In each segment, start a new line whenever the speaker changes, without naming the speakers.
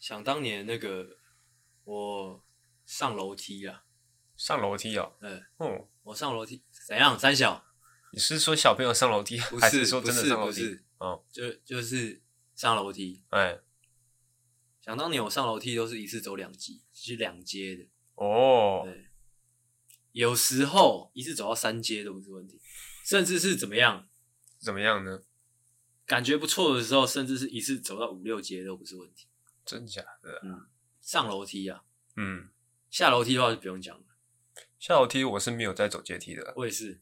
想当年那个我上楼梯啊，
上楼梯哦，
嗯，
哦，
我上楼梯怎样？三小
你是说小朋友上楼梯，
不
还
是
说
不
真的
是
上
不
楼梯？
是，
哦，
就就是上楼梯。
哎，
想当年我上楼梯都是一次走两级，是两阶的，
哦，
对。有时候一次走到三阶都不是问题，甚至是怎么样，
怎么样呢？
感觉不错的时候，甚至是一次走到五六阶都不是问题。
真假的？
上楼梯啊，
嗯，
下楼梯的话就不用讲了，
下楼梯我是没有在走阶梯的啦。
我也是。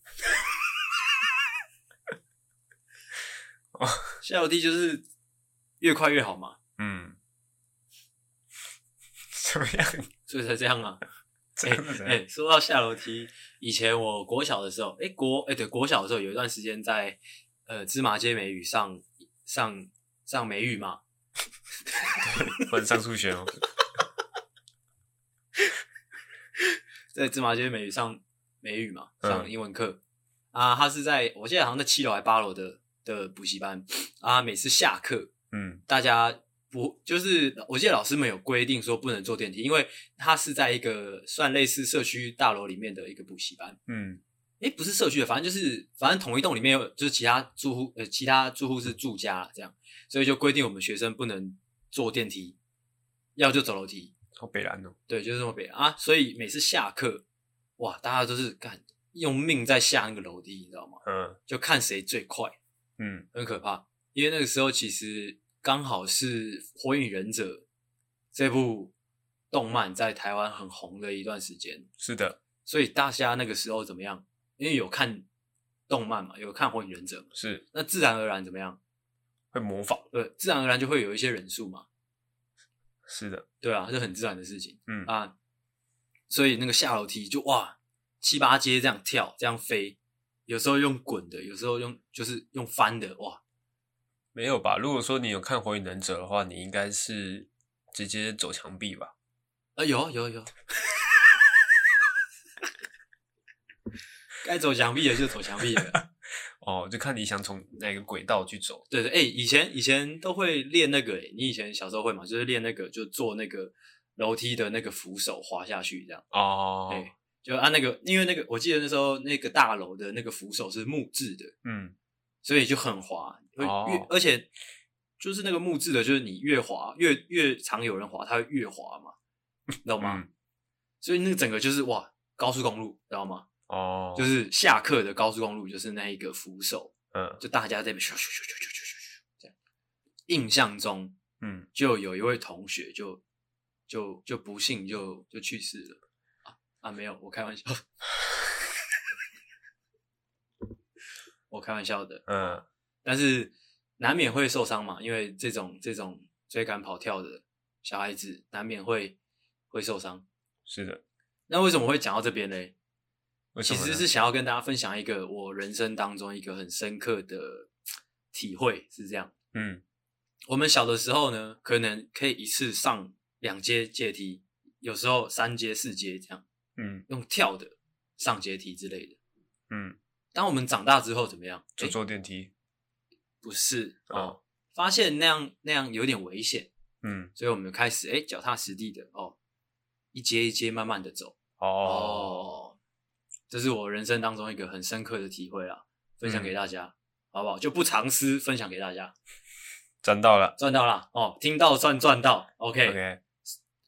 下楼梯就是越快越好嘛，
嗯， 怎么样？
所以才这样啊。
真的怎么
哎、
样？
说到下楼梯，以前我国小的时候，哎、国哎、对国小的时候有一段时间在呃芝麻街美语上上上美语嘛，
不能上数学哦。
在芝麻街美语上美语嘛，
嗯
上英文课、啊，他是在我记得好像在七楼还八楼的的补习班啊，每次下课
嗯
大家不就是我记得老师们有规定说不能坐电梯，因为他是在一个算类似社区大楼里面的一个补习班，
嗯
诶，不是社区的，反正就是反正同一栋里面有就是其他住户呃其他住户是住家啦这样，所以就规定我们学生不能坐电梯，要就走楼梯，
好北蓝哦。
对，就是这么别啊。所以每次下课，哇，大家都是干用命在下那个楼梯，你知道吗？
嗯
就看谁最快，
嗯，
很可怕。因为那个时候其实刚好是《火影忍者》这部动漫在台湾很红的一段时间，
是的，
所以大家那个时候怎么样？因为有看动漫嘛，有看《火影忍者》嘛，
是
那自然而然怎么样？
会模仿。
对，自然而然就会有一些人数嘛，
是的，
对啊，是很自然的事情
嗯
啊。所以那个下楼梯就哇七八阶这样跳，这样飞，有时候用滚的，有时候用就是用翻的，哇，
没有吧？如果说你有看《火影忍者》的话，你应该是直接走墙壁吧？
啊有啊有啊有啊， 该走墙壁的就走墙壁了。
哦，就看你想从哪个轨道去走。
对对，哎、以前以前都会练那个、欸，你以前小时候会嘛？就是练那个，就做那个楼梯的那个扶手滑下去这样。
哦，
哎、就按那个，因为那个我记得那时候那个大楼的那个扶手是木质的，
嗯，
所以就很滑，会越、
哦
而且就是那个木质的，就是你越滑越越常有人滑，它会越滑嘛，你懂吗？
嗯
所以那个整个就是哇，高速公路，知道吗？
哦，
就是是下课的高速公路，就是那一个扶手，
嗯
就大家在那边咻咻咻咻咻咻咻咻这样。印象中
嗯，
就有一位同学就就就不幸就就去世了啊啊没有，我开玩笑， 我开玩笑的，
嗯，
但是难免会受伤嘛，因为这种这种追赶跑跳的小孩子难免会会受伤。
是的。
那为什么会讲到这边嘞？
为什
其
么呢
实是想要跟大家分享一个我人生当中一个很深刻的体会，是这样。
嗯
我们小的时候呢，可能可以一次上两阶阶梯，有时候三阶、四阶这样，
嗯
用跳的上阶梯之类的。
嗯，
当我们长大之后怎么样？
就
诶
坐电梯。
不是
哦
哦，发现那样那样有点危险，
嗯
所以我们开始哎脚踏实地的哦，一阶一阶慢慢的走
哦，
哦，这是我人生当中一个很深刻的体会啦，分
嗯
享给大家，好不好？就不藏私，分享给大家，
赚到了。
赚到啦哦，听到算赚到
OK，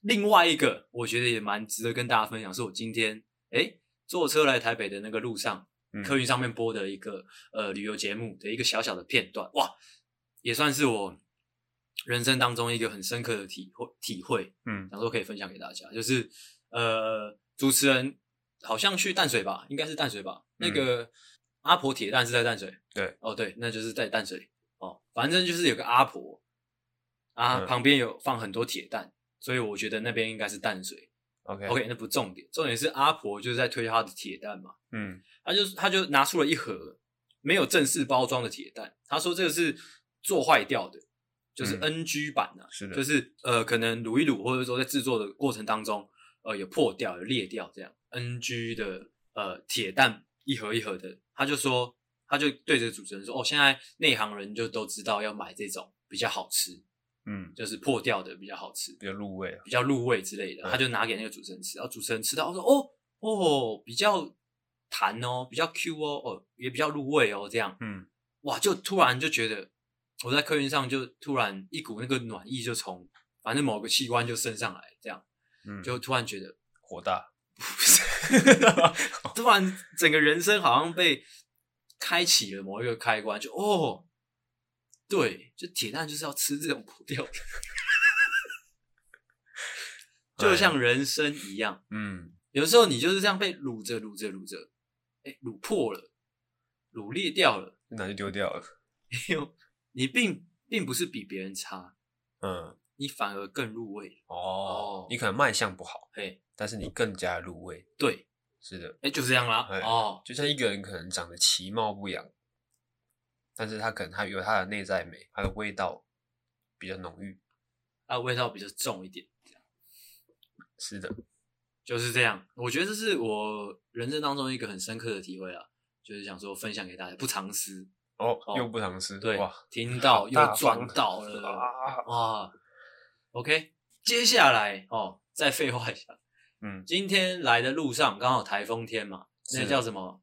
另外一个，我觉得也蛮值得跟大家分享，是我今天诶坐车来台北的那个路上，
嗯
客运上面播的一个呃旅游节目的一个小小的片段，哇，也算是我人生当中一个很深刻的体会体会，
嗯
想说可以分享给大家，就是呃主持人好像去淡水吧，应该是淡水吧，那个阿婆铁蛋是在淡水，
嗯对，
哦对，那就是在淡水哦，反正就是有个阿婆啊，
嗯
旁边有放很多铁蛋，所以我觉得那边应该是淡水。
，OK
OK，那不重点，重点是阿婆就是在推她的铁蛋嘛，
嗯
她就她就拿出了一盒没有正式包装的铁蛋，她说这个是做坏掉的，就是
嗯
NG 版啊，
是的
就是呃可能卤一卤，或者说在制作的过程当中，呃有破掉、有裂掉这样 NG 的呃铁蛋一盒一盒的，她就说她就对着主持人说，哦，现在内行人就都知道要买这种比较好吃，
嗯，
就是破掉的比较好吃，
比较入味啊。
比较入味之类的，
嗯
他就拿给那个主持人吃，然后主持人吃到我说哦哦比较弹哦，比较 Q 哦，哦也比较入味哦，这样
嗯，
哇，就突然就觉得我在客运上就突然一股那个暖意就从反正某个器官就升上来，这样
嗯，
就突然觉得
火大。
突然整个人生好像被开启了某一个开关，就哦，对，就铁蛋就是要吃这种破掉的，就像人生一样，
嗯，
有时候你就是这样被卤着卤着卤着，哎，卤破了，卤裂掉了，
拿去丢掉了。
你并并不是比别人差，
嗯，
你反而更入味。
哦
哦，
你可能卖相不好，
嘿，
但是你更加入味。
对，
是的，
哎，就这样啦
哎。
哦，
就像一个人可能长得其貌不扬，但是他可能他有他的内在美，他的味道比较浓郁。
啊，味道比较重一点，
是的，
就是这样。我觉得这是我人生当中一个很深刻的体会啊，就是想说分享给大家，不藏私。
哦，
哦
又不尝试，
对
哇，，
听到
好
又
啊大
赚
方
到了
啊，
哇！OK，接下来哦，再废话一下。
嗯，
今天来的路上刚好台风天嘛，
是
那叫什么？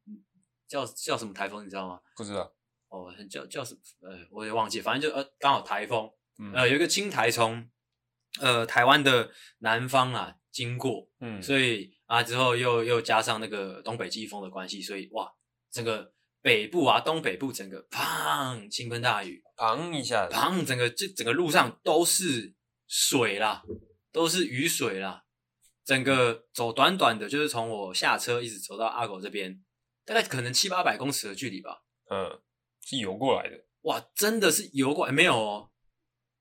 叫叫什么台风？你知道吗？
不知道，
哦，叫叫什么？呃，我也忘记，反正就呃刚好台风，
嗯
呃，有一个青台从呃台湾的南方啊经过，
嗯，
所以啊之后又又加上那个东北季风的关系，所以哇，整个北部啊东北部整个砰倾盆大雨，
旁一下子，
砰整个这整个路上都是水啦，都是雨水啦，整个走短短的，就是从我下车一直走到阿狗这边，大概可能七八百公尺的距离吧。
嗯，是游过来的，
哇，真的是游过来没有哦，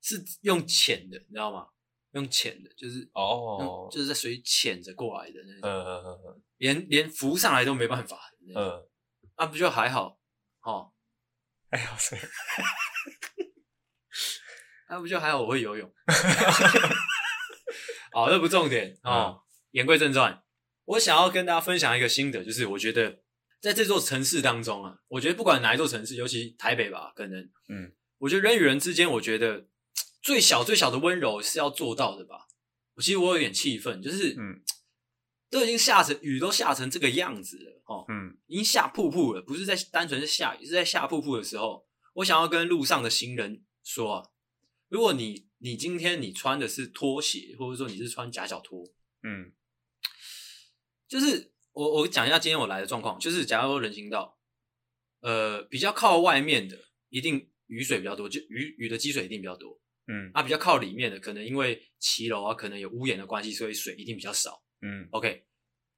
是用潜的，你知道吗？用潜的，就是
哦
用，就是在水里潜着过来的那种，
嗯嗯嗯
连连浮上来都没办法的那
嗯
种。
嗯，
啊，不就还好哦？
哎呀，谁？
啊，不就还好？我会游泳。 好，这不重点
嗯
哦。言归正传，我想要跟大家分享一个心得，就是我觉得在这座城市当中啊，我觉得不管哪一座城市，尤其台北吧，可能，
嗯，
我觉得人与人之间，我觉得最小最小的温柔是要做到的吧。我其实我有点气愤，就是，
嗯，
都已经下成雨都下成这个样子了哦，
嗯
已经下瀑布了，不是在单纯是下雨，是在下瀑布的时候，我想要跟路上的行人说、啊，如果你你今天你穿的是拖鞋，或者说你是穿夹脚拖，
嗯
就是我我讲一下今天我来的状况，就是假如说人行道，呃，比较靠外面的一定雨水比较多，就雨雨的积水一定比较多，
嗯
啊，比较靠里面的可能因为骑楼啊，可能有屋檐的关系，所以水一定比较少。
嗯
OK，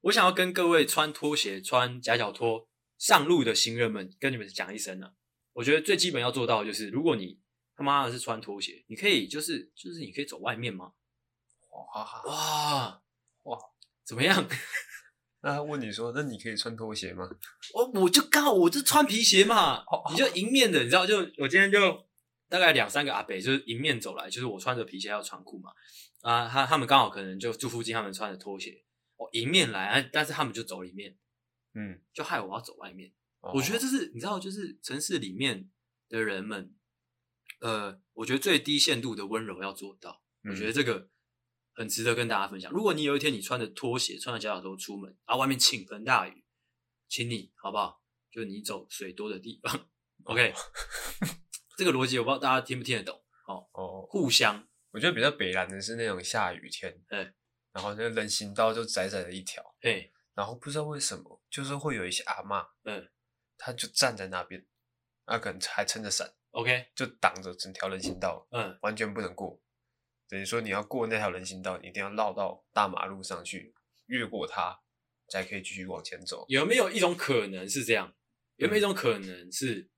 我想要跟各位穿拖鞋、穿夹脚拖上路的行人们，跟你们讲一声啊，我觉得最基本要做到的就是，如果你他妈的是穿拖鞋，你可以就是就是你可以走外面吗？
哇，
哇
哇，
怎么样？
那他问你说，那你可以穿拖鞋吗？
我哦我就刚好我就穿皮鞋嘛
哦，
你就迎面的，你知道，就我今天就大概两三个阿北就是迎面走来，就是我穿着皮鞋还有长裤嘛，啊，他他们刚好可能就住附近，他们穿着拖鞋，哦，迎面来，啊但是他们就走里面，
嗯，
就害我要走外面。
哦
我觉得这是你知道，就是城市里面的人们，呃，我觉得最低限度的温柔要做到。
嗯
我觉得，这个很值得跟大家分享。如果你有一天你穿着拖鞋、穿着脚脚拖出门，啊，外面倾盆大雨，请你好不好？就你走水多的地方。OK，这个逻辑我不知道大家听不听得懂。哦，
嗯哦，
互相
我觉得比较北蓝的是那种下雨天，
嗯，
然后那个人行道就窄窄的一条，
嘿，
然后不知道为什么，就是会有一些阿嬷，
嗯，
她就站在那边，啊，可能还撑着伞，
，OK，
就挡着整条人行道，
嗯，
完全不能过。等于说你要过那条人行道，你一定要绕到大马路上去，越过它，才可以继续往前走。
有没有一种可能是这样？有没有一种可能是，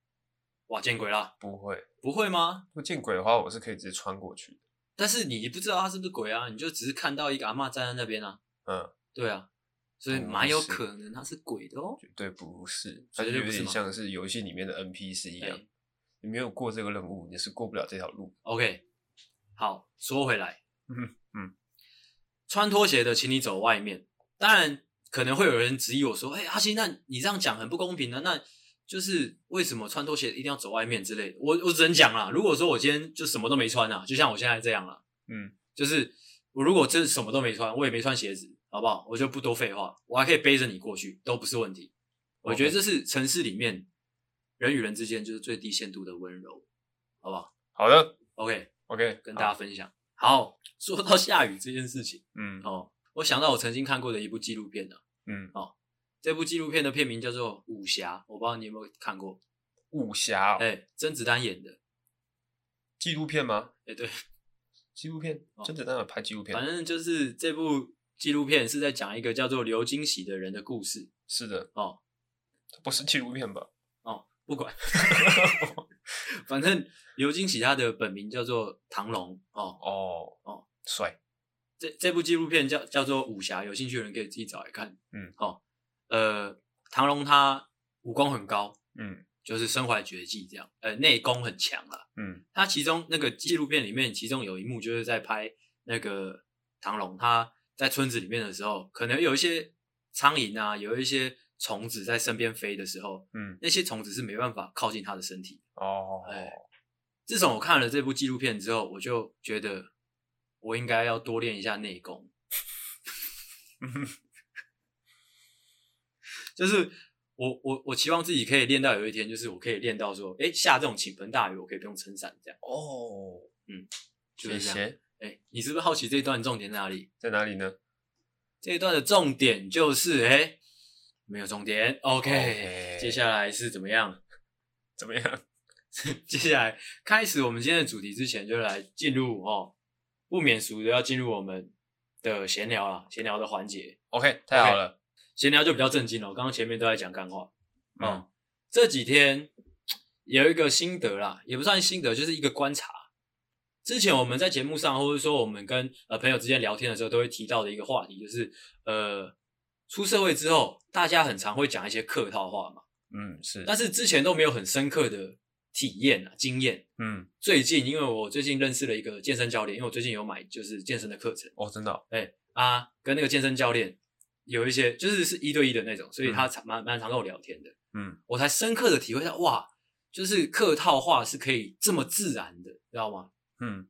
哇，见鬼啦？
不会，
不会吗？
如果见鬼的话，我是可以直接穿过去的。
但是你不知道他是不是鬼啊，你就只是看到一个阿嬷站在那边啊。
嗯，
对啊，所以
嗯
蛮有
是
可能他是鬼的哦。
绝对不是，它
绝
就
对
有
不是
点
吗
像是游戏里面的 NPC 一样
哎，
你没有过这个任务，你是过不了这条路。
OK，好，说回来，
嗯嗯，
穿拖鞋的，请你走外面。当然，可能会有人质疑我说：“哎、阿信，那你这样讲很不公平啊！那就是为什么穿拖鞋一定要走外面之类的。我我只能讲啦，如果说我今天就什么都没穿啊，就像我现在这样啦，
嗯，
就是我如果真的什么都没穿，我也没穿鞋子，好不好？我就不多废话，我还可以背着你过去，都不是问题。我觉得
OK
这是城市里面人与人之间就是最低限度的温柔，好不好
好的
？OK，
，OK，
跟
好
大家分享。好，说到下雨这件事情
嗯
哦，我想到我曾经看过的一部纪录片啊，
嗯，
这部纪录片的片名叫做《武侠》，我不知道你有没有看过？
武侠哦
哎、甄子丹演的。
纪录片吗？
哎、对，
纪录片
哦，
甄子丹有拍纪录片
反，正就是这部纪录片是在讲一个叫做刘金喜的人的故事
是的，
哦
不是纪录片吧？
哦，不管， 反正刘金喜他的本名叫做唐龙哦。
哦
哦，
帅，
这这部纪录片叫叫做《武侠》，有兴趣的人可以自己找来看。
嗯，
哦，呃，唐龙他武功很高，
嗯
就是身怀绝技这样，呃，内功很强啦。
嗯
他其中那个纪录片里面，其中有一幕就是在拍那个唐龙他在村子里面的时候，可能有一些苍蝇啊，有一些虫子在身边飞的时候，
嗯，
那些虫子是没办法靠近他的身体。
哦，
哎，自从我看了这部纪录片之后，我就觉得我应该要多练一下内功，就是我我我期望自己可以练到有一天，就是我可以练到说，哎、下这种倾盆大雨，我可以不用撑伞这样。
哦，
就
谢
是这样。
谢，
哎、你是不是好奇这一段重点在哪里？
在哪里呢
这一段的重点就是，哎、没有重点。OK，,
OK
接下来是怎么样？
怎么样？
接下来开始我们今天的主题之前，就来进入哦，不免俗的要进入我们的闲聊啦，闲聊的环节。
OK，太好了。
闲聊就比较正经了，我刚刚前面都在讲干话。嗯，
嗯
这几天有一个心得啦，也不算心得，就是一个观察。之前我们在节目上，或者说我们跟呃朋友之间聊天的时候，都会提到的一个话题，就是呃出社会之后，大家很常会讲一些客套话嘛，
嗯，是，
但是之前都没有很深刻的体验啊经验。
嗯，
最近因为我最近认识了一个健身教练，因为我最近有买就是健身的课程。
哦，真的哦，
哎、啊，跟那个健身教练有一些就是是一对一的那种，所以他常蛮蛮常跟我聊天的，
嗯，
我才深刻的体会到，哇，就是客套话是可以这么自然的，知道吗？
嗯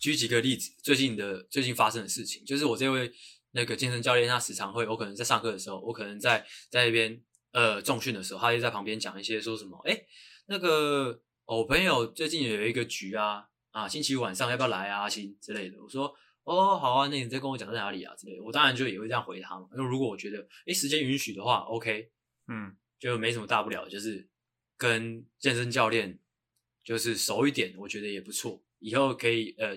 举几个例子，最近的最近发生的事情，就是我这位那个健身教练，他时常会，我可能在上课的时候，我可能在在那边呃重训的时候，他就在旁边讲一些说什么，哎、那个、哦我朋友最近有一个局啊啊，星期五晚上要不要来啊，阿星之类的，我说。哦，好啊，那你再跟我讲在哪里啊之类的，我当然就也会这样回他嘛。因为如果我觉得，诶、时间允许的话，OK，
嗯
就没什么大不了，就是跟健身教练就是熟一点，我觉得也不错。以后可以呃，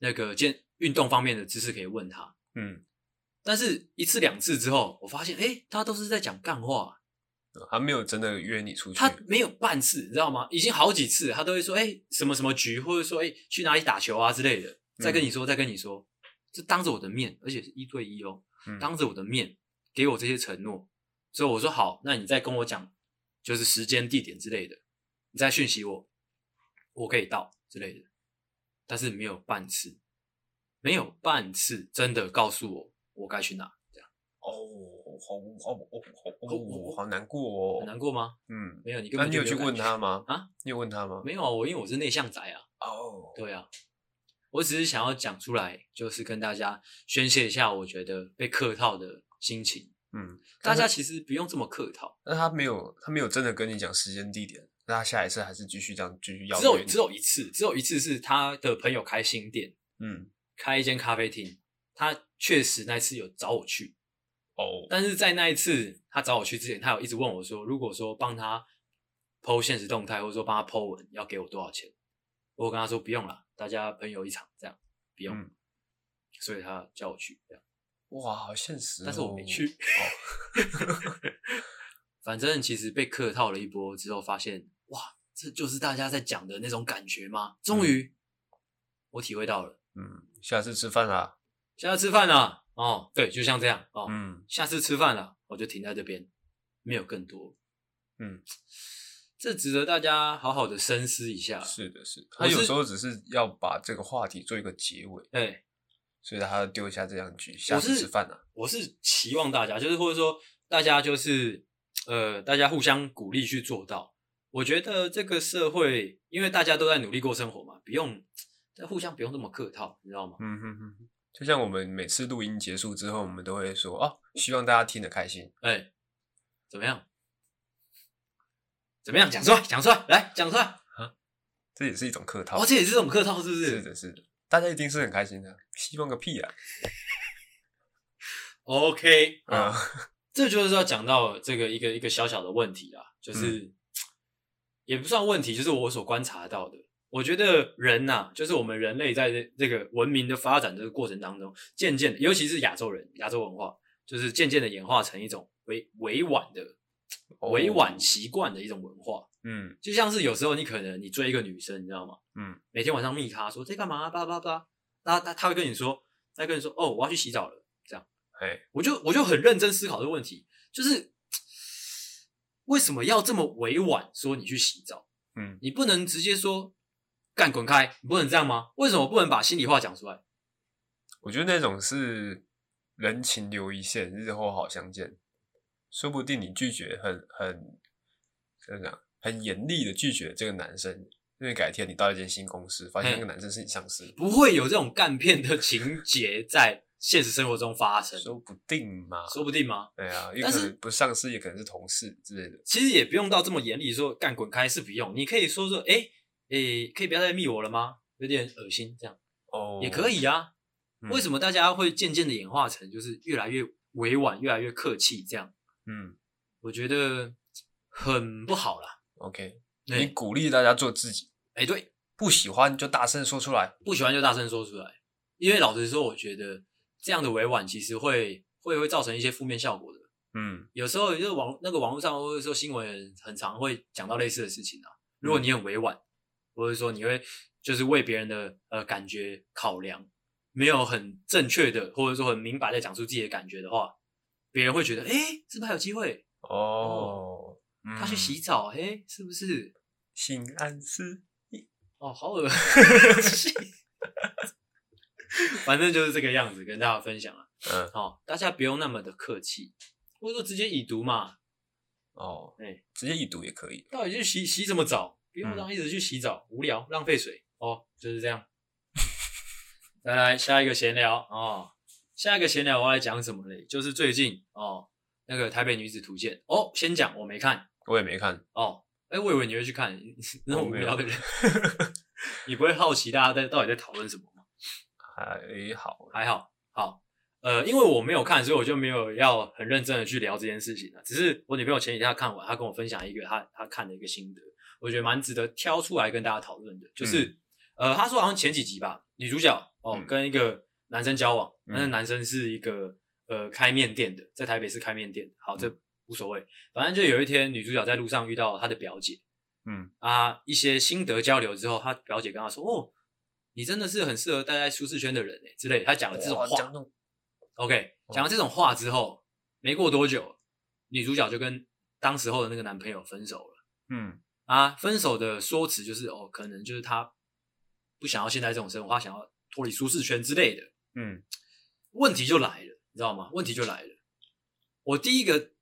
那个健运动方面的知识可以问他。
嗯，
但是一次两次之后，我发现诶、他都是在讲干话，
他没有真的约你出去，哦
他没有半次，你知道吗？已经好几次，他都会说诶、哎什么什么局，或者说诶、哎去哪里打球啊之类的，
嗯
再跟你说，再跟你说，这当着我的面，而且是一对一哦，
嗯
当着我的面给我这些承诺，所以我说好，那你再跟我讲，就是时间、地点之类的，你再讯息我，我可以到之类的，但是没有半次，没有半次真的告诉我我该去哪，这样
哦，好好好好好难过
哦很难
哦，
过吗？
嗯，
没有，你根
那
本
你
就
有
没
去问
感觉
他？吗？
啊，
你有问他吗？
没有啊，我因为我是内向仔啊，
哦，
对啊，我只是想要讲出来，就是跟大家宣泄一下，我觉得被客套的心情。
嗯，
大
但
家
是
其实不用这么客套，
那他没有，他没有真的跟你讲时间地点，那他下一次还是继续这样继续邀
只有
约你
只有一次，只有一次是他的朋友开新店，
嗯，
开一间咖啡厅，他确实那次有找我去，
哦，
但是在那一次他找我去之前，他有一直问我说，如果说帮他剖现实动态，或者说帮他剖文，要给我多少钱？我有跟他说不用了，大家朋友一场这样，不用。
嗯
所以他叫我去这样，
哇，好现实哦，
但是我没去。
哦，
反正其实被客套了一波之后，发现哇，这就是大家在讲的那种感觉吗？终于，我体会到了。
嗯，下次吃饭啦，
下次吃饭了哦，对，就像这样哦，
嗯
下次吃饭了，我就停在这边，没有更多。
嗯，
这值得大家好好的深思一下。
是的，是的，
我
他有
是
时候只是要把这个话题做一个结尾，
对，
所以他要丢一下这样一句，
我
下次
是
吃饭啦，
我是期望大家，就是或者说大家就是呃，大家互相鼓励去做到。我觉得这个社会，因为大家都在努力过生活嘛，不用在互相不用那么客套，你知道吗？
嗯哼哼哼，就像我们每次录音结束之后，我们都会说哦，希望大家听得开心。
哎、怎么样？怎么样？讲出来，讲出来，来讲出来。
这也是一种客套。
哦，这也是这种客套，是不
是的，是的，大家一定是很开心的。希望个屁啊！
OK 啊、
啊，
这就是要讲到这个一个一个小小的问题啦，就是、也不算问题，就是我所观察到的。我觉得人呐、就是我们人类在这这个文明的发展这个过程当中，渐渐的，尤其是亚洲人、亚洲文化，就是渐渐的演化成一种委委婉的、
哦
委婉习惯的一种文化。
嗯
就像是有时候你可能你追一个女生，你知道吗？
嗯，
每天晚上密她说在干嘛、叭叭叭，那她她会跟你说，她会跟你说哦，我要去洗澡了。
哎，
我就我就很认真思考这个问题，就是为什么要这么委婉说你去洗澡？
嗯，
你不能直接说干滚开，你不能这样吗？为什么不能把心里话讲出来？
我觉得那种是人情留一线，日后好相见。说不定你拒绝很很怎么讲，很严厉的拒绝这个男生，因为改天你到一间新公司，发现
嗯
那个男生是你上司，
不会有这种干片的情节在现实生活中发生，
说不定嘛。
说不定吗？
对啊，有
但
可
是
能不是上司，也可能是同事之类的。
其实也不用到这么严厉说干滚开是不用，你可以说说，哎、诶、可以不要再密我了吗？有点恶心，这样
哦
也可
以。
以啊。
嗯
为什么大家会渐渐的演化成就是越来越委婉、越来越客气这样？
嗯
我觉得很不好啦。
，OK，你
对，
鼓励大家做自己，
哎、对，
不喜欢就大声说出来。
不喜欢就大声说出来，因为老实说，我觉得这样的委婉其实会会会造成一些负面效果的。
嗯
有时候就是网那个网络上或者说新闻很常会讲到类似的事情啊。如果你很委婉，或者说你会就是为别人的呃感觉考量，没有很正确的或者说很明白的讲出自己的感觉的话，别人会觉得哎、诶是不是还有机会？
哦，嗯
他去洗澡，哎、是不是？
性暗 示。
哦，好恶心。 反正就是这个样子，跟大家分享啊。
嗯
好、大家不用那么的客气，或者说直接已读嘛。
哦，
哎
直接已读也可以。
到底去洗洗什么澡？不用
嗯
让一直去洗澡，无聊，浪费水。哦，就是这样。 再来下一个闲聊哦，下一个闲聊我要来讲什么嘞？就是最近哦，那个《台北女子图鉴》哦，先讲我没看
我也没看，
哦。哎、我以为你会去看，你是那种
哦我
无
没有
聊的人，你不会好奇大家在到底在讨论什么吗？
还好。
还好，好，呃，因为我没有看，所以我就没有要很认真的去聊这件事情了。只是我女朋友前几天她看完，她跟我分享一个她她看的一个心得，我觉得蛮值得挑出来跟大家讨论的。就是，呃，她说好像前几集吧，女主角哦、
嗯
跟一个男生交往，
嗯
那个男生是一个呃开面店的，在台北市开面店的。好，
嗯
这无所谓，反正就有一天女主角在路上遇到她的表姐，
嗯
啊一些心得交流之后，她表姐跟她说：“哦，你真的是很适合待在舒适圈的人欸诶之类的。”她讲哦了这种
哇
话
讲那种
OK，讲了这种话之后，没过多久，女主角就跟当时候的那个男朋友分手了
嗯
啊。分手的说辞就是哦，可能就是她不想要现在这种生活，她想要脱离舒适圈之类的。
嗯
问题就来了，你知道吗？问题就来了。我第一个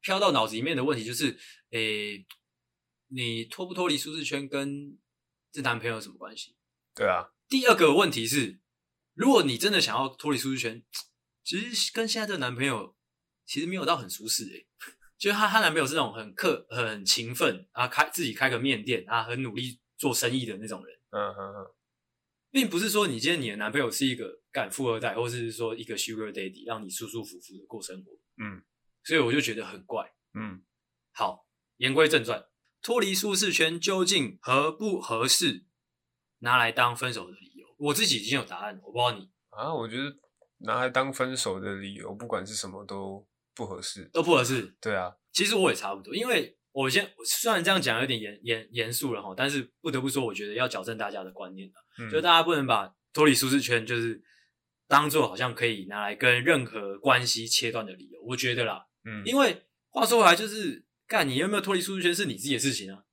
飘到脑子里面的问题就是，诶、你脱不脱离舒适圈跟这男朋友有什么关系？
对啊，
第二个问题是，如果你真的想要脱离舒适圈，其实跟现在这个男朋友其实没有到很舒适诶、就是她她男朋友是那种很克很勤奋啊，开自己开个面店啊，很努力做生意的那种人，
嗯哼哼，
并不是说你今天你的男朋友是一个干富二代，或是说一个 sugar daddy，让你舒舒服服的过生活，
嗯，
所以我就觉得很怪。
嗯
好，言归正传，脱离舒适圈究竟合不合适，拿来当分手的理由，我自己已经有答案了，我不知道你。
啊，我觉得拿来当分手的理由，不管是什么都不合适。
都不合适。
对啊，
其实我也差不多，因为我先虽然这样讲有点严严严肃了哈，但是不得不说，我觉得要矫正大家的观念啊，
嗯
就大家不能把脱离舒适圈就是当做好像可以拿来跟任何关系切断的理由，我觉得啦，
嗯
因为话说回来，就是干你有没有脱离舒适圈是你自己的事情啊。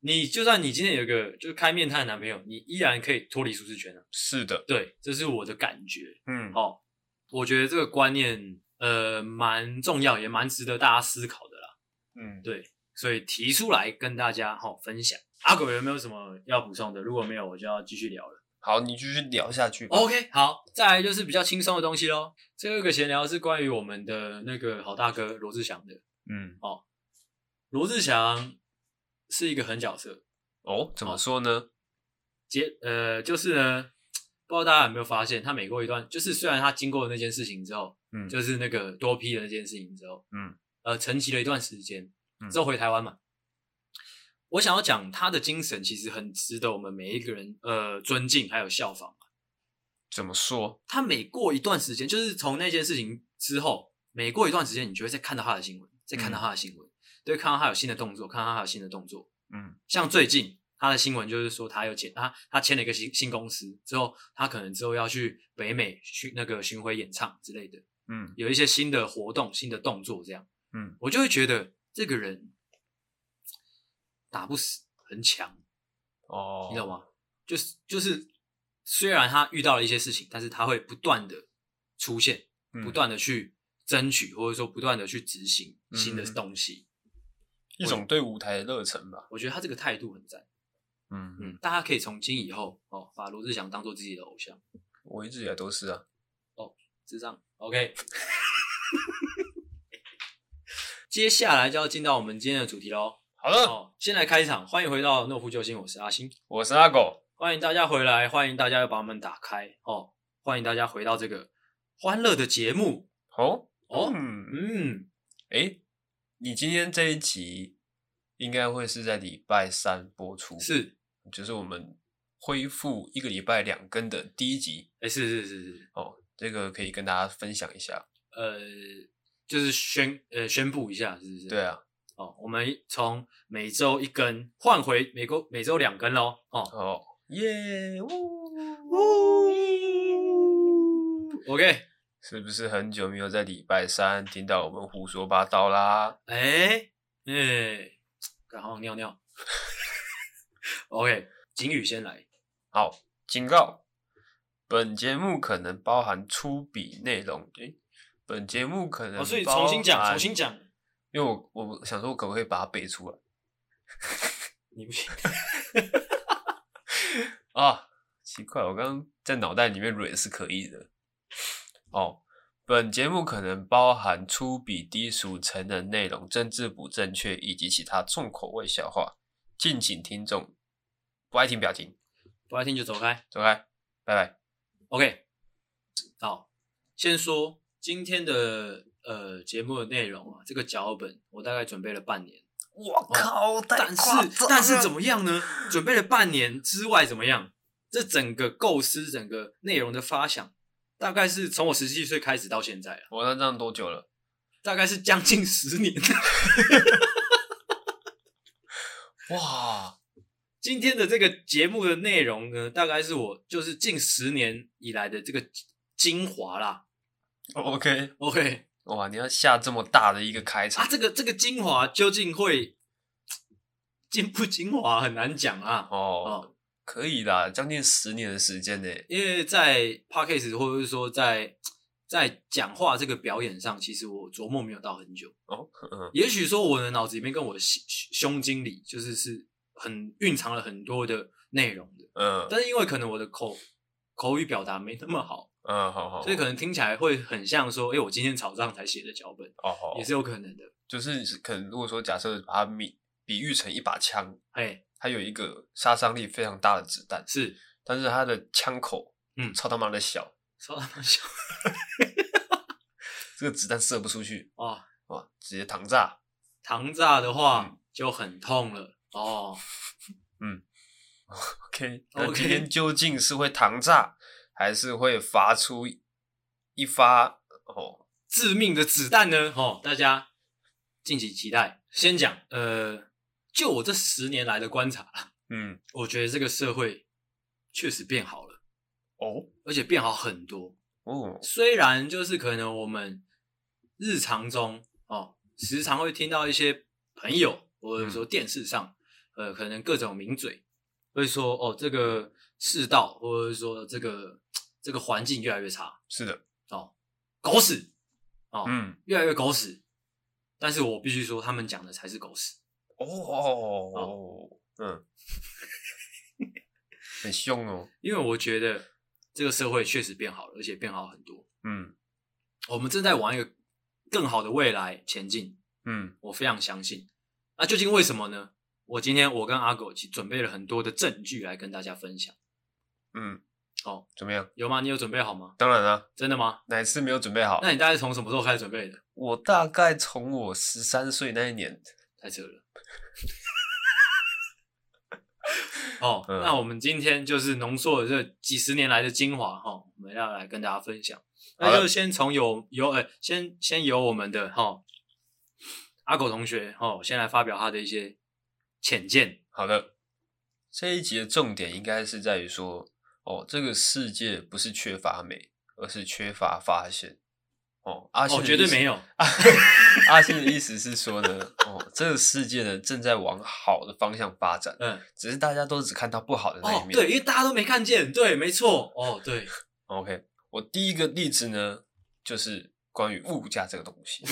你就算你今天有一个就是开面摊的男朋友，你依然可以脱离舒适圈啊。
是的，
对，这是我的感觉。
嗯
哦，我觉得这个观念呃蛮重要，也蛮值得大家思考的啦。
嗯，
对，所以提出来跟大家好、分享。阿狗有没有什么要补充的？如果没有，我就要继续聊了。
好，你继续聊下去吧。
OK，好，再来就是比较轻松的东西喽。这个闲聊是关于我们的那个好大哥罗志祥的。
嗯，
罗志祥是一个狠角色，
哦，怎么说呢？
结呃就是呢，不知道大家有没有发现，他每过一段，就是虽然他经过了那件事情之后，
嗯
就是那个多批的那件事情之后，
嗯，
呃，沉寂了一段时间
嗯，
之后回台湾嘛。我想要讲他的精神，其实很值得我们每一个人呃尊敬还有效仿。
怎么说？
他每过一段时间，就是从那件事情之后，每过一段时间，你就会再看到他的新闻，再看到他的新闻，对，看到他有新的动作，看到他有新的动作。
嗯
像最近他的新闻就是说，他有签他他签了一个新新公司之后，他可能之后要去北美巡那个巡回演唱之类的，
嗯
有一些新的活动、新的动作这样，
嗯，
我就会觉得这个人打不死，很强，
哦，
你懂吗？就是就是，虽然他遇到了一些事情，但是他会不断的出现。
嗯
不断的去争取，或者说不断的去执行
嗯
新的东西。
一种对舞台的热忱吧。
我觉得他这个态度很赞，
嗯
嗯，，大家可以从今以后哦，把罗志祥当做自己的偶像，
我一直以来都是啊。
智障。OK，接下来就要进到我们今天的主题喽。
好了，
哦，先来开场，欢迎回到诺夫救星，我是阿星，
我是阿狗。
欢迎大家回来，欢迎大家又把我们打开哦，欢迎大家回到这个欢乐的节目
哦
哦，
嗯，
嗯，
诶，你今天这一集应该会是在礼拜三播出，
是，
就是我们恢复一个礼拜两更的第一集
哎、是是是是，
哦，这个可以跟大家分享一下。
呃，就是宣呃宣布一下，是不是？
对啊，
哦，我们从每周一根换回每周每周两根喽。哦
哦，耶，嗯
，OK，
是不是很久没有在礼拜三听到我们胡说八道啦？
哎、哎、刚好尿尿。OK，景宇先来。
好，警告：本节目可能包含粗鄙内容。诶、本节目可能
哦，所以重新
嗯包
讲，
含
重新，讲，
因为我我想说，我可不可以把它背出来
你不行。
啊？奇怪，我刚刚在脑袋里面蕊是可以的。哦，本节目可能包含粗鄙、低俗、成人内容、政治不正确以及其他重口味笑话，敬请听众不爱听不要听，
不爱听就走开。
走开，拜拜。
OK，好，先说今天的呃节目的内容啊，这个脚本我大概准备了半年。
我靠，
但是但是怎么样呢？准备了半年之外怎么样？这整个构思、整个内容的发想，大概是从我十七岁开始到现在啊，
我那这样多久了？
大概是将近十年。
哇，
今天的这个节目的内容呢，大概是我就是近十年以来的这个精华啦。
OK，
OK
哇，你要下这么大的一个开场
啊，这个这个精华究竟会精不精华很难讲啊。
哦
哦，
可以啦，将近十年的时间呢。
因为在 podcast 或者是说在在讲话这个表演上，其实我琢磨没有到很久。
哦，嗯
也许说我的脑子里面跟我的胸胸襟里，就是是很蕴藏了很多的内容的，
嗯
但是因为可能我的口口语表达没那么好，
嗯，好好，
所以可能听起来会很像说，哎、我今天早上才写的脚本，
哦好
也，是有可能的。
就是可能如果说假设把它比比喻成一把枪，
哎，
它有一个杀伤力非常大的子弹，
是
但是它的枪口
嗯
超他妈的小，
超他妈笑
这个子弹射不出去，
哦！
哇，直接膛炸。
糖炸的话、
嗯
就很痛了哦。
OK，那
OK
今天究竟是会膛炸，还是会发出一发哦
致命的子弹呢？哦，大家敬请期待。先讲，呃，就我这十年来的观察，
嗯
我觉得这个社会确实变好了，
哦
而且变好很多。
哦
虽然就是可能我们日常中哦，时常会听到一些朋友或者说电视上，呃，可能各种名嘴会说哦，这个世道或者说这个这个环境越来越差
是的，
哦，狗屎哦，
嗯
越来越狗屎。但是我必须说，他们讲的才是狗屎。
哦哦，嗯，很凶哦，
因为我觉得这个社会确实变好了，而且变好很多。
嗯
我们正在往一个更好的未来前进，
嗯
我非常相信。那究竟为什么呢？我今天我跟阿狗其实准备了很多的证据来跟大家分享。
嗯，
哦，
怎么样？
有吗？你有准备好吗？
当然啦、
真的吗？
哪一次没有准备好？
那你大概从什么时候开始准备的？
我大概从我十三岁那一年，
太扯 了。哦，
嗯
那我们今天就是浓缩了这几十年来的精华哈、哦，我们要来跟大家分享。那
好的
就先从有有呃，先先由我们的哈、哦、阿狗同学哈、哦，先来发表他的一些浅见。
好的，这一集的重点应该是在于说，哦，这个世界不是缺乏美，而是缺乏发现。哦，阿信、
哦，绝对没。有，
阿信的意思是说呢，哦，这个世界呢正在往好的方向发展，
嗯，
只是大家都只看到不好的那一
哦，
面。
对，因为大家都没看见，对，没错，哦，对，
OK，我第一个例子呢，就是关于物价这个东西。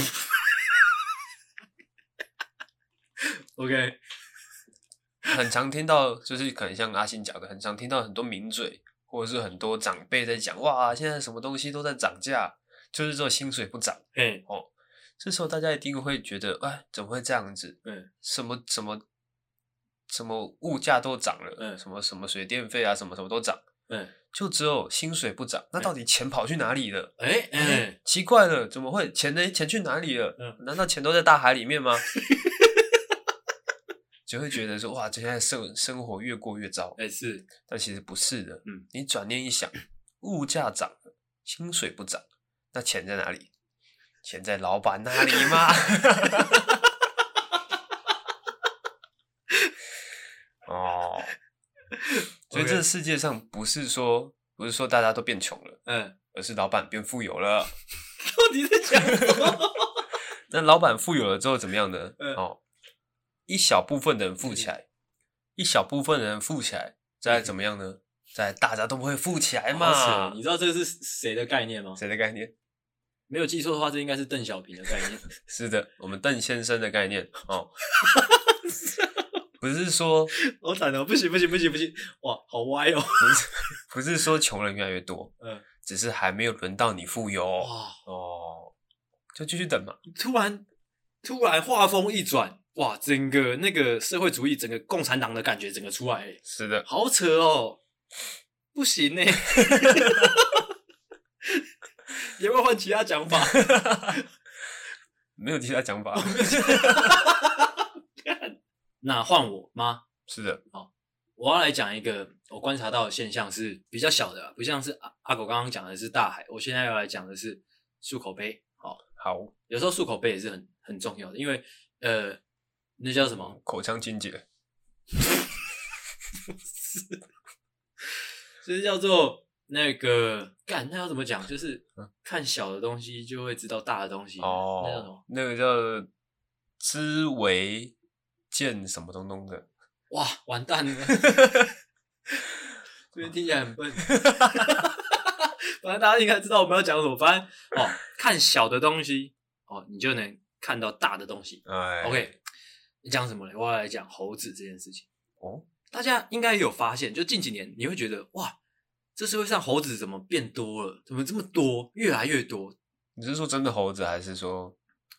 OK，
很常听到，就是可能像阿信讲的，很常听到很多名嘴或者是很多长辈在讲，哇，现在什么东西都在涨价，就是说薪水不涨。
嘿，
这时候大家一定会觉得，哎，怎么会这样子？
嗯，
什么什么什么物价都涨了，
嗯
什么什么水电费啊，什么什么都涨，
嗯，
就只有薪水不涨，那到底钱跑去哪里了？
哎、哎、
哎，奇怪了，怎么会钱呢？钱去哪里了？
嗯
难道钱都在大海里面吗？ 就会觉得说哇，现在生生活越过越糟，
哎、是，
但其实不是的。
嗯，
你转念一想，物价涨了，薪水不涨，那钱在哪里？钱在老板那里吗？ 哦，所以
OK
这世界上不是说不是说大家都变穷了，
嗯、
而是老板变富有了。
到底在讲什么？
那老板富有了之后怎么样呢？
嗯
哦，一小部分的人富起来，一小部分的人富起来，再来怎么样呢？再来大家都不会富起来
好啊
嘛
哎扯你？知道这个是谁的概念吗？
谁的概念？
没有记错的话，这应该是邓小平的概念。
是的，我们邓先生的概念哦，不是说
好惨哦，不行不行不行不行，哇，好歪哦。
不是说穷人越来越多，
嗯，
只是还没有轮到你富有
哇，
哦，就继续等嘛。
突然突然画风一转，哇，整个那个社会主义，整个共产党的感觉，整个出来耶，
是的，
好扯哦，不行呢。欸 有没有换其他讲法？
没有其他讲 法。
那换我吗？
是的，
我要来讲一个我观察到的现象是比较小的啊，不像是阿阿狗刚刚讲的是大海，我现在要来讲的是漱口杯。好，
好，
有时候漱口杯也是很很重要的，因为呃，那叫什么？
口腔清洁，
就是叫做那个干，那要怎么讲？就是
嗯
看小的东西就会知道大的东西。嗯那叫什么
哦？，那个叫知维健什么东东的，
哇，完蛋 了！这边听起来很笨。反正大家应该知道我们要讲什么。反正哦，看小的东西哦，你就能看到大的东西。
哎
OK，你讲什么呢？我要来讲猴子这件事情。
哦，
大家应该有发现，就近几年你会觉得哇，这社会上猴子怎么变多了？怎么这么多，越来越多？
你是说真的猴子，还是说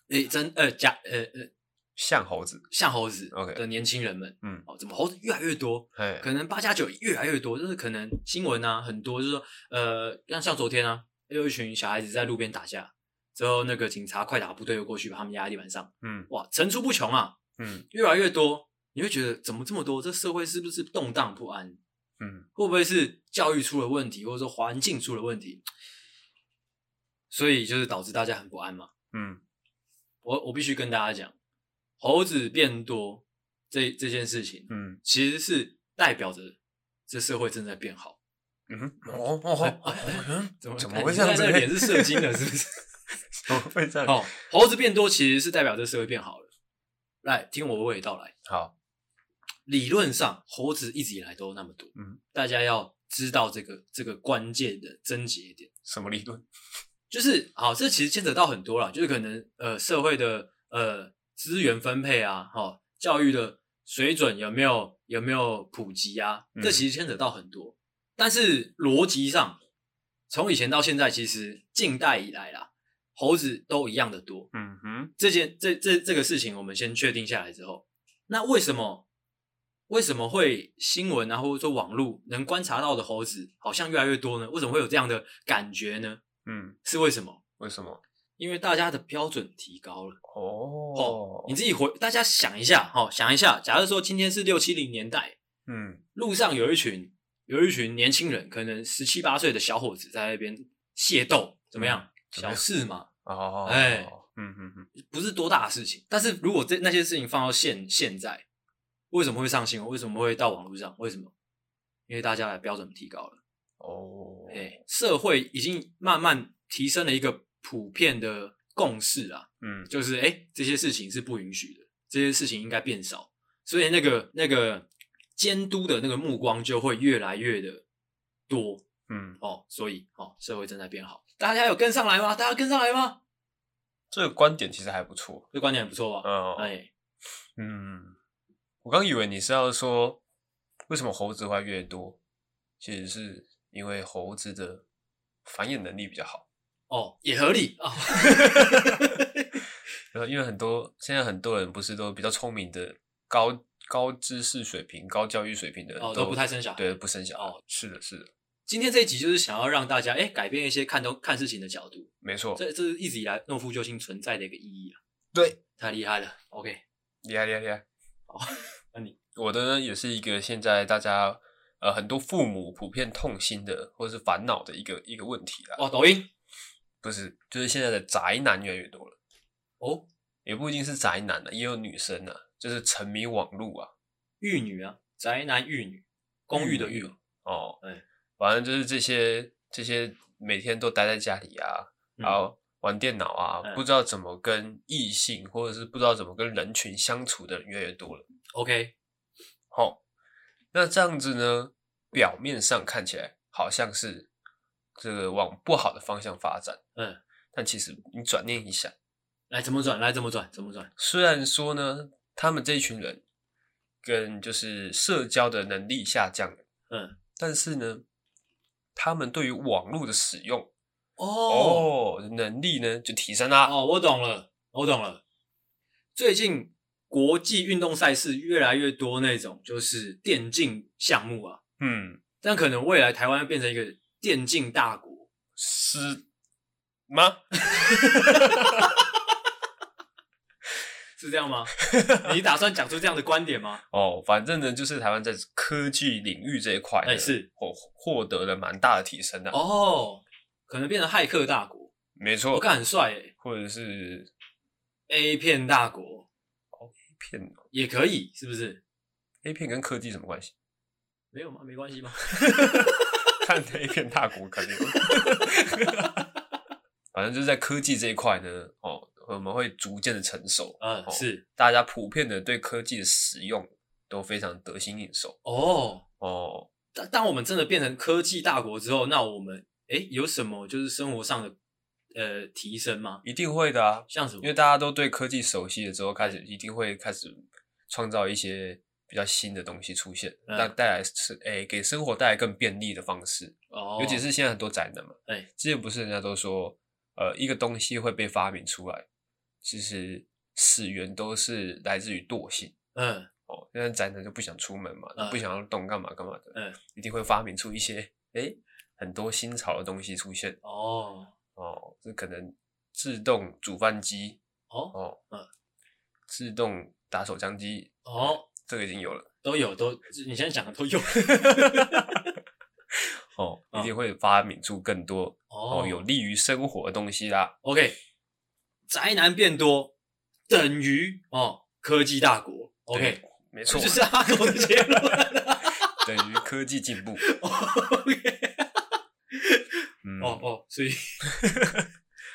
诶、真呃假呃呃，
像猴子？
像猴子
OK
的年轻人们，
嗯
哦，怎么猴子越来越多？
哎，
可能八加九越来越多，就是可能新闻啊很多，就是说呃，像像昨天啊，有一群小孩子在路边打架，之后那个警察快打部队又过去把他们压在地板上，
嗯
哇，层出不穷啊，
嗯
越来越多，你会觉得怎么这么多？这社会是不是动荡不安？
嗯，
会不会是教育出了问题，或者说环境出了问题？所以就是导致大家很不安嘛。
嗯，
我我必须跟大家讲，猴子变多这这件事情，
嗯
其实是代表着这社会正在变好。
嗯，哦哦哦，嗯
哎怎
怎
么哎
么会这样子
你现在
呢？
的脸是射精了，是不 是？
怎么会这样？
哦，猴子变多其实是代表这社会变好了。来，听我娓娓道来。
好，
理论上，猴子一直以来都那么多，
嗯，
大家要知道这个这个关键的症结点。
什么理论？
就是好，这其实牵扯到很多了，就是可能呃社会的呃资源分配啊，哈、教育的水准有没有有没有普及啊，
嗯
这其实牵扯到很多。但是逻辑上，从以前到现在，其实近代以来啦，猴子都一样的多。
嗯哼，
这件这这这个事情，我们先确定下来之后，那为什么为什么会新闻啊，或者说网络能观察到的猴子好像越来越多呢？为什么会有这样的感觉呢？
嗯，
是为什么？
为什么？
因为大家的标准提高了。
哦
哦，，你自己回，大家想一下，哦，想一下，假设说今天是六七零年代，
嗯
路上有一群有一群年轻人，可能十七八岁的小伙子在那边械斗，怎么样？
嗯怎
小
么样
事嘛，
哦，
哎
嗯嗯嗯，
不是多大的事情。但是如果这那些事情放到现现在，为什么会上新闻？为什么会到网络上？为什么？因为大家的标准提高了，
哦，
哎、社会已经慢慢提升了一个普遍的共识啊，
嗯
就是哎、诶这些事情是不允许的，这些事情应该变少，所以那个那个监督的那个目光就会越来越的多
嗯，
哦，所以哦，社会正在变好，大家有跟上来吗？大家跟上来吗？
这个观点其实还不错，
这观点很不错吧？
嗯
哎、
嗯，我刚以为你是要说为什么猴子会越多，其实是因为猴子的繁衍能力比较好。
哦，也合理哦。
然后因为很多现在很多人不是都比较聪明的，高高知识水平、高教育水平的人
哦都不太生小孩
对，不生小孩。
哦
是的，是的，
今天这一集就是想要让大家哎、诶改变一些看东看事情的角度，
没错，
这这是一直以来诺夫救星存在的一个意义啊，
对，
太厉害了。OK，
厉害厉害厉害。
好，哦那你
我的呢也是一个现在大家呃很多父母普遍痛心的或是烦恼的一个一个问题啦。
哦，抖音
不是，就是现在的宅男越来越多了，
哦，
也不一定是宅男了、也有女生啊，就是沉迷网络啊。
玉女啊，宅男玉女，公寓的
玉
玉
女，哦，
哎，
反正就是这些这些每天都待在家里啊，然后玩电脑啊，
嗯
不知道怎么跟异性或者是不知道怎么跟人群相处的人越来越多了。
OK，
好、那这样子呢，表面上看起来好像是这个往不好的方向发展，
嗯，
但其实你转念一想，
来怎么转？来怎么转？怎么转？
虽然说呢，他们这一群人跟就是社交的能力下降了，
嗯，
但是呢，他们对于网络的使用
哦
哦能力呢就提升啦。
哦，我懂了，我懂了。最近国际运动赛事越来越多那种就是电竞项目啊，
嗯，
但可能未来台湾会变成一个电竞大国。
是吗？
是这样 吗？你打算讲出这样的观点吗？
哦，反正呢，就是台湾在科技领域这一块呢，
哎是
获获得了蛮大的提升的、
哦，可能变成骇客大国，
没
我
错，
看很帅诶、
或者是
a 片大国
片
也可以，是不是？
A 片跟科技什么关系？
没有吗？没关系吗？
看 A 片大国肯定有。 反正就是在科技这一块呢，哦，我们会逐渐的成熟，
嗯，
哦
是
大家普遍的对科技的使用都非常得心应手
哦。
哦。
当当我们真的变成科技大国之后，那我们诶、有什么就是生活上的呃提升吗？
一定会的啊，
像什么
因为？大家都对科技熟悉了之后，开始一定会开始创造一些比较新的东西出现，
嗯
那带来是诶、给生活带来更便利的方式，
哦，
尤其是现在很多宅男嘛，
哎
之前不是人家都说，呃，一个东西会被发明出来，其实始源都是来自于惰性。
嗯
哦，现在宅男就不想出门嘛，
嗯
不想要动干嘛干嘛的，
嗯，
一定会发明出一些诶很多新潮的东西出现
哦
哦，这可能自动煮饭机
哦
哦，
嗯，
自动打手枪机
哦，
这个已经有了
都有都，你现在讲的都有
哦，
嗯
一定会发明出更多
哦
哦有利于生活的东西啦。
OK，宅男变多等于哦科技大国。OK，
对 没
这
错
就，是阿狗的结论。
等于科技进 步。
OK，
嗯，
哦哦， 所以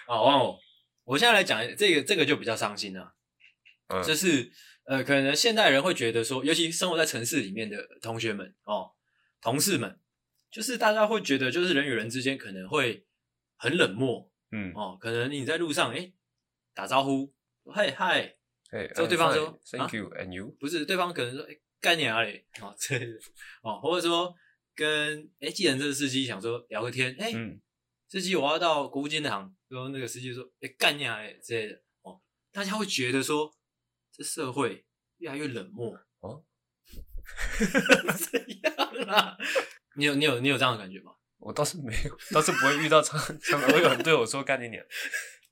好忘我，我现在来讲这个，这个就比较伤心了、
嗯
就是呃，可能现代人会觉得说，尤其生活在城市里面的同学们哦，同事们，就是大家会觉得，就是人与人之间可能会很冷漠哦
嗯
哦，可能你在路上哎打招呼嗨嗨，
哎，
之后对方说啊
Thank you and you，
不是对方可能说哎干你啊嘞，哦之类的，哦或者说跟哎计程车司机想说聊个天，哎、
嗯，
司机我要到国父纪念堂，然后那个司机说哎干你啊嘞之类的，哦大家会觉得说这社会越来越冷漠
哦，
怎样啦？啊 你有你有你有这样的感觉吗？
我倒是没有，倒是不会遇到常常会有人对我说干你娘。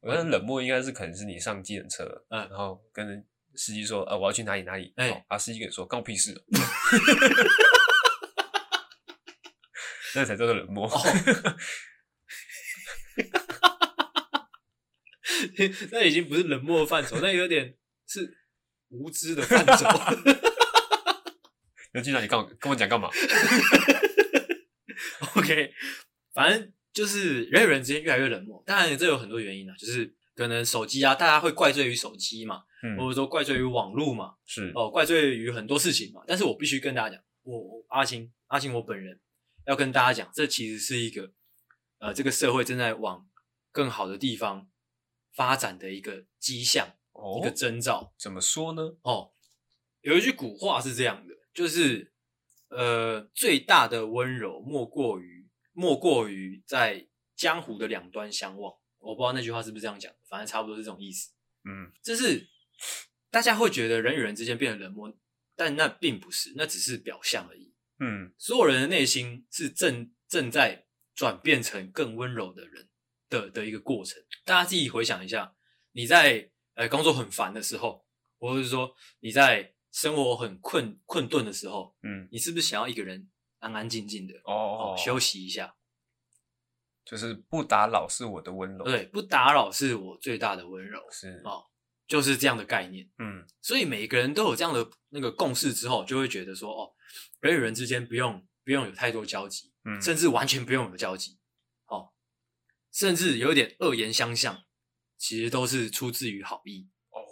我觉得冷漠应该是可能是你上计程车，
嗯
然后跟司机说，呃，我要去哪里 哪里，
哎
哦啊，司机跟你说关我屁事哦， 那才叫做冷漠。
哦 那已经不是冷漠的范畴，那有点是无知的范 畴。
要去哪里干嘛跟我讲干嘛？
OK，反正就是人与人之间越来越冷漠。当然，这有很多原因啦，就是可能手机啊，大家会怪罪于手机嘛，或
嗯，
者说怪罪于网络嘛，
是，
哦，怪罪于很多事情嘛。但是我必须跟大家讲，我我阿星阿星我本人要跟大家讲，这其实是一个呃，这个社会正在往更好的地方发展的一个迹象，
哦
一个征兆。
怎么说呢？
哦，有一句古话是这样的，就是呃，最大的温柔莫过于莫过于在江湖的两端相望。我不知道那句话是不是这样讲，反正差不多是这种意思。
嗯，
就是大家会觉得人与人之间变得冷漠，但那并不是，那只是表象而已。
嗯，
所有人的内心是正正在转变成更温柔的人的的一个过程。大家自己回想一下，你在呃工作很烦的时候，或者是说你在生活很困困顿的时候，
嗯，
你是不是想要一个人安安静静的
哦
哦，休息一下？
就是不打扰是我的温柔，，
对，不打扰是我最大的温柔，
是，
哦就是这样的概念。
嗯
所以每个人都有这样的那个共识之后，就会觉得说哦，人与人之间不用不用有太多交集，
嗯，
甚至完全不用有交集，哦，甚至有一点恶言相向，其实都是出自于好意，
哦，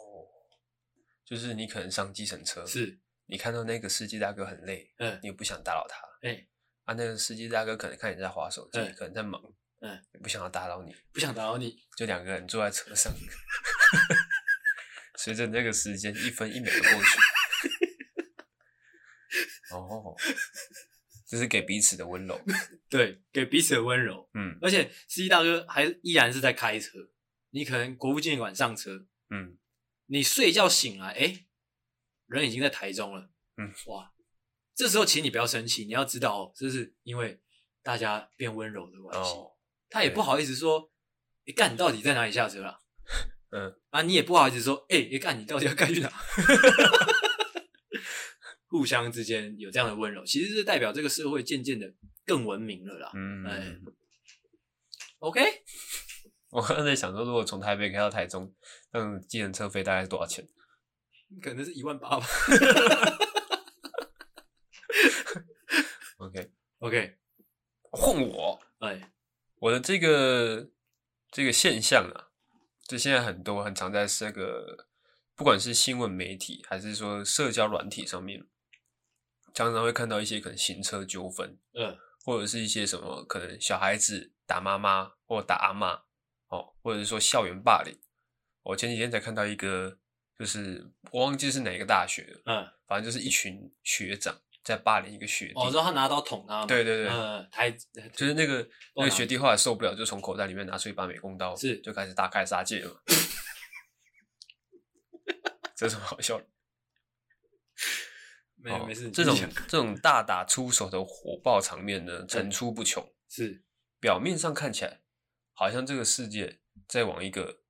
就是你可能上计程车，
是，
你看到那个司机大哥很累，
嗯，
你不想打扰他，
哎、
啊，那个司机大哥可能看你在划手机，
嗯
可能在忙，
嗯，
不想要打扰你，
不想打扰你，
就两个人坐在车上， 随着那个时间一分一秒的过去，哦，这是给彼此的温柔，
对，给彼此的温柔，
嗯
而且司机大哥还依然是在开车，你可能国父纪念馆上车，
嗯，
你睡觉醒来，哎、人已经在台中了，
嗯，
哇，这时候请你不要生气，你要知道、哦，这是因为大家变温柔的关系，
哦，
他也
对
不好意思说，你干你到底在哪里下车啦？
嗯
啊，你也不好意思说，哎、欸，干你到底要干去哪？ 互相之间有这样的温柔，其实是代表这个社会渐渐的更文明了啦。哎
嗯。
OK，
我刚才在想说，如果从台北开到台中，那种计程车费大概是多少钱？
可能是一万八吧。
OK，
OK，
换我，
哎，
我的这个这个现象啊，就现在很多很常在这个不管是新闻媒体还是说社交软体上面，常常会看到一些可能行车纠纷，
嗯
或者是一些什么可能小孩子打妈妈或打阿妈哦，或者是说校园霸凌。我前几天才看到一个，就是我忘记是哪个大学了，
嗯，
反正就是一群学长在霸凌一个学弟。
我知道他拿刀捅他嘛。
对对对，
哦呃，台
就是那个
哪
那个学弟后来受不了，就从口袋里面拿出一把美工刀，
啊是
就开始大开杀戒了嘛。这有什么好笑的？
没
哦
没事，
这
你
种
讲
这种大打出手的火爆场面呢，层出不穷。
是
表面上看起来，好像这个世界在往一个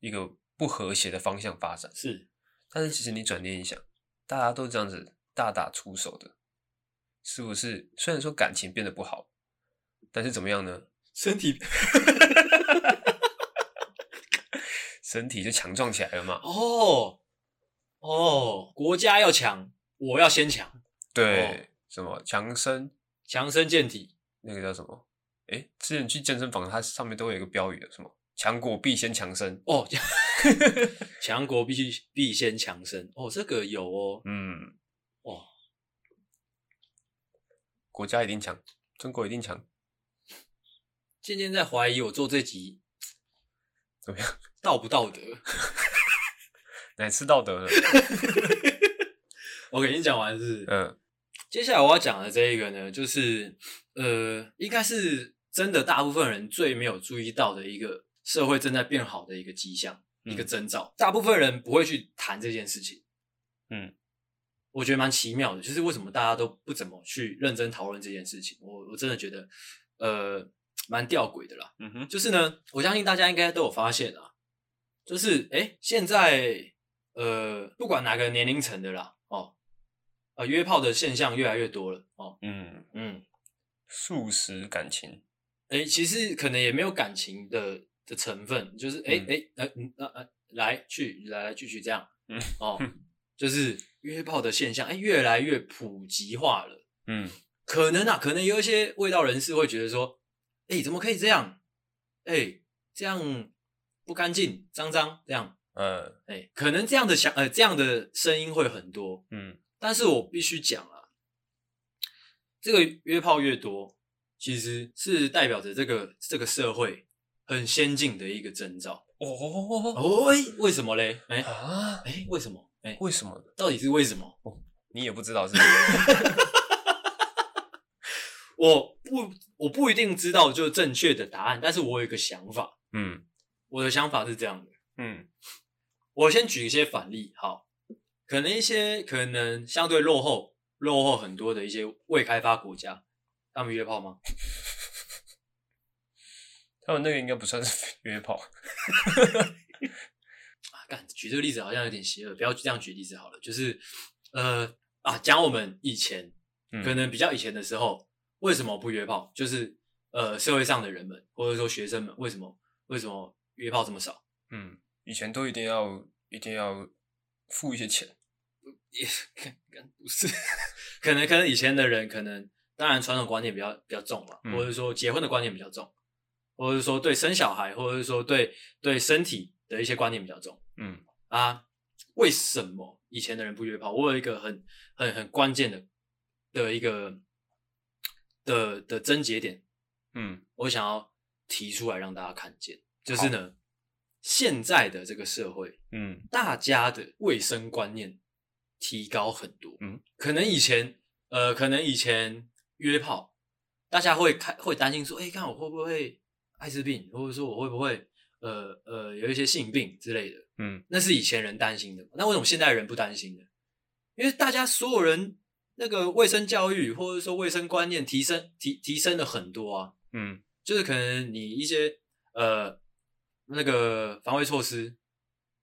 一个不和谐的方向发展，
是
但是其实你转念一想，大家都这样子大打出手的，是不是？虽然说感情变得不好，但是怎么样呢？
身体
身体就强壮起来了嘛。
哦哦，国家要强，我要先强，
对，
哦
什么强身
强身健体。
那个叫什么？诶，之前去健身房，它上面都有一个标语，什么“强国必先强身
哦， 强强国必须必先强身。哦，这个有哦”。。
嗯，
哦，
国家一定强，中国一定强，
渐渐在怀疑我做这集
怎么样？
道不道德。
哪次道德了？
我给你讲完是不是，
嗯
接下来我要讲的这一个呢，就是呃，应该是真的大部分人最没有注意到的一个社会正在变好的一个迹象，
嗯
一个征兆。大部分人不会去谈这件事情，
嗯，
我觉得蛮奇妙的，就是为什么大家都不怎么去认真讨论这件事情？我我真的觉得呃蛮吊诡的啦。
嗯哼，
就是呢，我相信大家应该都有发现啊，就是哎、诶现在呃，不管哪个年龄层的啦，哦，呃，约炮的现象越来越多了哦，
嗯，
嗯，
素食感情，
哎、其实可能也没有感情的的成分，就是哎
嗯
哎、诶呃嗯呃呃，来去来来去去这样，
嗯
哦，就是约炮的现象哎、诶越来越普及化了。
嗯
可能啊，可能有一些味道人士会觉得说，哎、怎么可以这样？哎、这样不干净、脏脏，这样，
呃
哎、可能这样的想，呃，这样的声音会很多。
嗯
但是我必须讲啊，这个约炮越多，其实是代表着这个这个社会很先进的一个征兆。
哦
哦，哎、为什么嘞？哎、
啊，
哎、为什么？哎、
为什么
到底是为什么？
你也不知道是不 是？
我不，我不一定知道就正确的答案，但是我有一个想法。
嗯
我的想法是这样的，
嗯
我先举一些反例，好，可能一些可能相对落后、落后很多的一些未开发国家，他们约炮吗？
他们那个应该不算是 约炮，
啊，干，举这个例子好像有点邪恶，不要这样举例子好了。就是，呃，啊，讲我们以前
嗯
可能比较以前的时候，为什么不约炮？就是呃，社会上的人们或者说学生们，为什么为什么约炮这么少？
嗯，以前都一定要一定要付一些钱，
看看不是，可能可能以前的人可能当然传统观念比较比较重嘛，
嗯
或者说结婚的观念比较重，或者说对生小孩，或者说对对身体的一些观念比较重
嗯
啊。为什么以前的人不约炮？我有一个很很很关键的的一个的的症结点，
嗯
我想要提出来让大家看见，就是呢，现在的这个社会，
嗯
大家的卫生观念提高很多。
嗯，
可能以前呃，可能以前约炮，大家会开会担心说，哎、看我会不会艾滋病，或者说我会不会呃呃有一些性病之类的，
嗯
那是以前人担心的嘛。那为什么现代人不担心呢？因为大家所有人那个卫生教育或者说卫生观念提升提提升了很多啊。
嗯
就是可能你一些呃那个防卫措施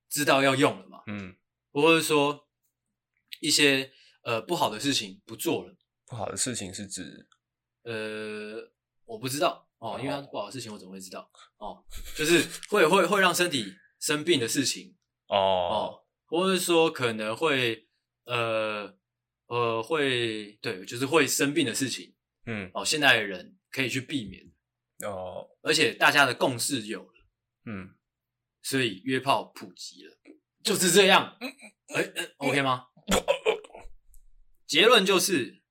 知道要用了嘛，
嗯，
或者说一些呃不好的事情不做了，
不好的事情是指
呃，我不知道哦
哦，
因为它是不好的事情，我怎么会知道？哦，就是会会会让身体生病的事情
哦
哦，或者说可能会呃呃会对，就是会生病的事情
嗯
哦，现代的人可以去避免，
哦
而且大家的共识有了。
嗯
所以约炮普及了，就是这样。哎、呃 o k 吗？结论就是，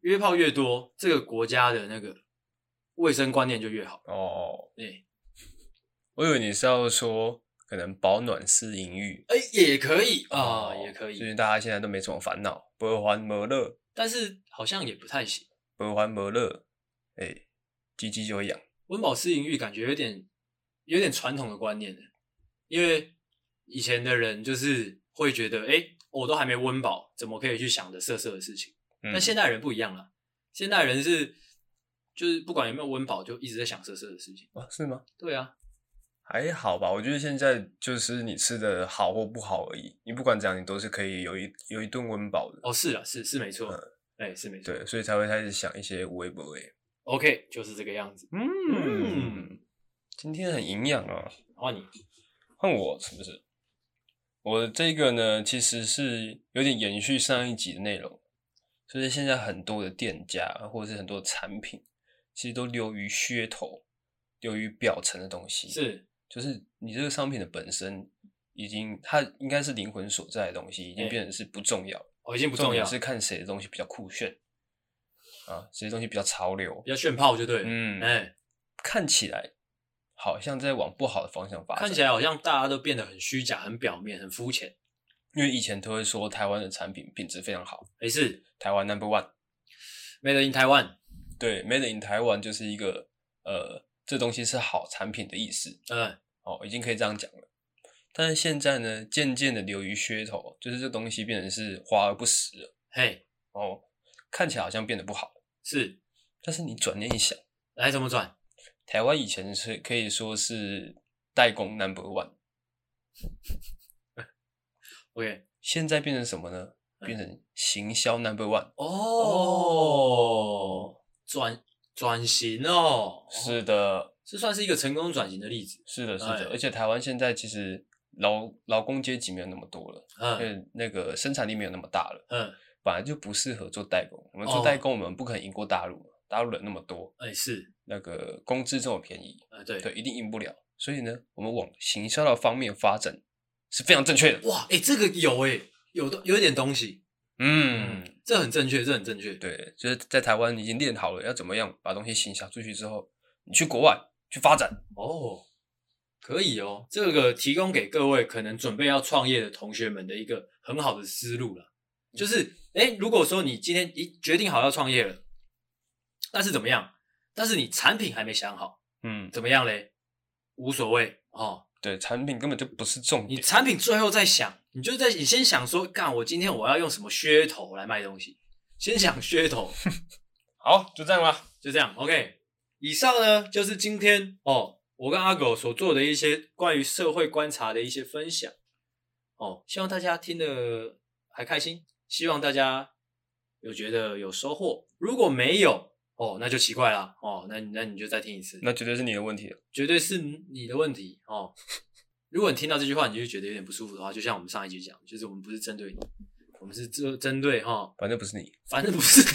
约炮越多，这个国家的那个卫生观念就越好。哎
哦，
对，
我以为你是要说可能保暖思淫欲
哎、也可以啊、
哦
也可
就是
以，
大家现在都没什么烦恼，不欢不乐，
但是好像也不太行。
不欢不乐，哎，鸡鸡就会痒，
温饱思淫欲感觉有点有点传统的观念了，因为以前的人就是会觉得，哎、我都还没温饱，怎么可以去想着色色的事情？
嗯
但现代人不一样了，现代人是就是不管有没有温饱，就一直在想色色的事情。
哦是吗？
对啊，
还好吧，我觉得现在就是你吃的好或不好而已，你不管怎样，你都是可以有一有一顿温饱的。
哦，是啊，是是没错，哎、是没错。
嗯对，所以才会开始想一些无微不微。
OK，就是这个样子。嗯，
今天很营养啊，
换你，
换我是不是？我这个呢，其实是有点延续上一集的内容，就是现在很多的店家或者是很多产品，其实都流于噱头，流于表层的东西。
是
就是你这个商品的本身已经，它应该是灵魂所在的东西，已经
哎
变成是不重要。
哦，已经不
重
重要，
点是看谁的东西比较酷炫啊，谁的东西比较潮流
比，较炫炮就对了。
嗯
哎、
看起来好像在往不好的方向发展。
看起来好像大家都变得很虚假、很表面、很肤浅。
因为以前都会说台湾的产品品质非常好，
没事
台湾 number one，
，Made in Taiwan，
对，made in 台湾就是一个呃，这东西是好产品的意思
嗯，
哦，已经可以这样讲了。但是现在呢，渐渐的流于噱头，就是这东西变成是华而不实了
嘿，
哦，看起来好像变得不好了，
是，
但是你转念一想，
来怎么转？
台湾以前是可以说是代工 number one，
OK，
现在变成什么呢？
嗯
变成行销 number one。
哦，转转型哦，
是的，
这算是一个成功转型的例子。
是的，是
哎
的。而且台湾现在其实劳劳工阶级没有那么多了，
嗯
嗯，那个生产力没有那么大了，
嗯，
本来就不适合做代工。我们
哦
做代工，我们不可能赢过大陆嘛，大陆人那么多，
哎、是，
那个工资这么便宜，
呃对
对，一定赢不了。所以呢，我们往行销的方面发展是非常正确的。
哇，哎、这个有哎、有东有一点东西，
嗯，
这很正确，这很正确。
对，就是在台湾已经练好了要怎么样把东西行销出去之后，你去国外去发展。
哦，可以哦，这个提供给各位可能准备要创业的同学们的一个很好的思路了，
嗯
就是，哎、如果说你今天已决定好要创业了，但是怎么样？但是你产品还没想好，
嗯，
怎么样嘞？无所谓哦，
对，产品根本就不是重
你
点。
产品最后再想，你就在你先想说，干，我今天我要用什么噱头来卖东西，先想噱头，
好，就这样吧。
就这样，OK。以上呢就是今天哦，我跟阿狗所做的一些关于社会观察的一些分享哦，希望大家听得还开心，希望大家有觉得有收获。如果没有哦，那就奇怪啦哦，那你那你就再听一次，
那绝对是你的问题了。
绝对是你的问题哦。 如果你听到这句话，你就觉得有点不舒服的话，就像我们上一集讲，就是我们不是针对你，我们是针针对哈、
反正不是你。
反正不是 你。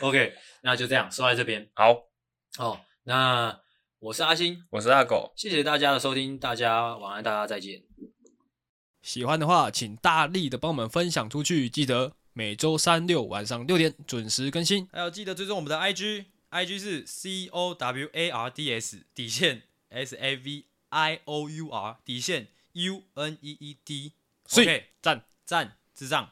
OK，那就这样，说在这边
好，
哦。那我是阿星，
我是大狗，
谢谢大家的收听，大家晚安，大家再见。
喜欢的话，请大力的帮我们分享出去，记得每周三六晚上六点准时更新。
还有记得追踪我们的 IG，IG 是 C O W A R D S 底线 S A V I O U R 底线 U N E E D。
所以
OK，
赞
赞智障。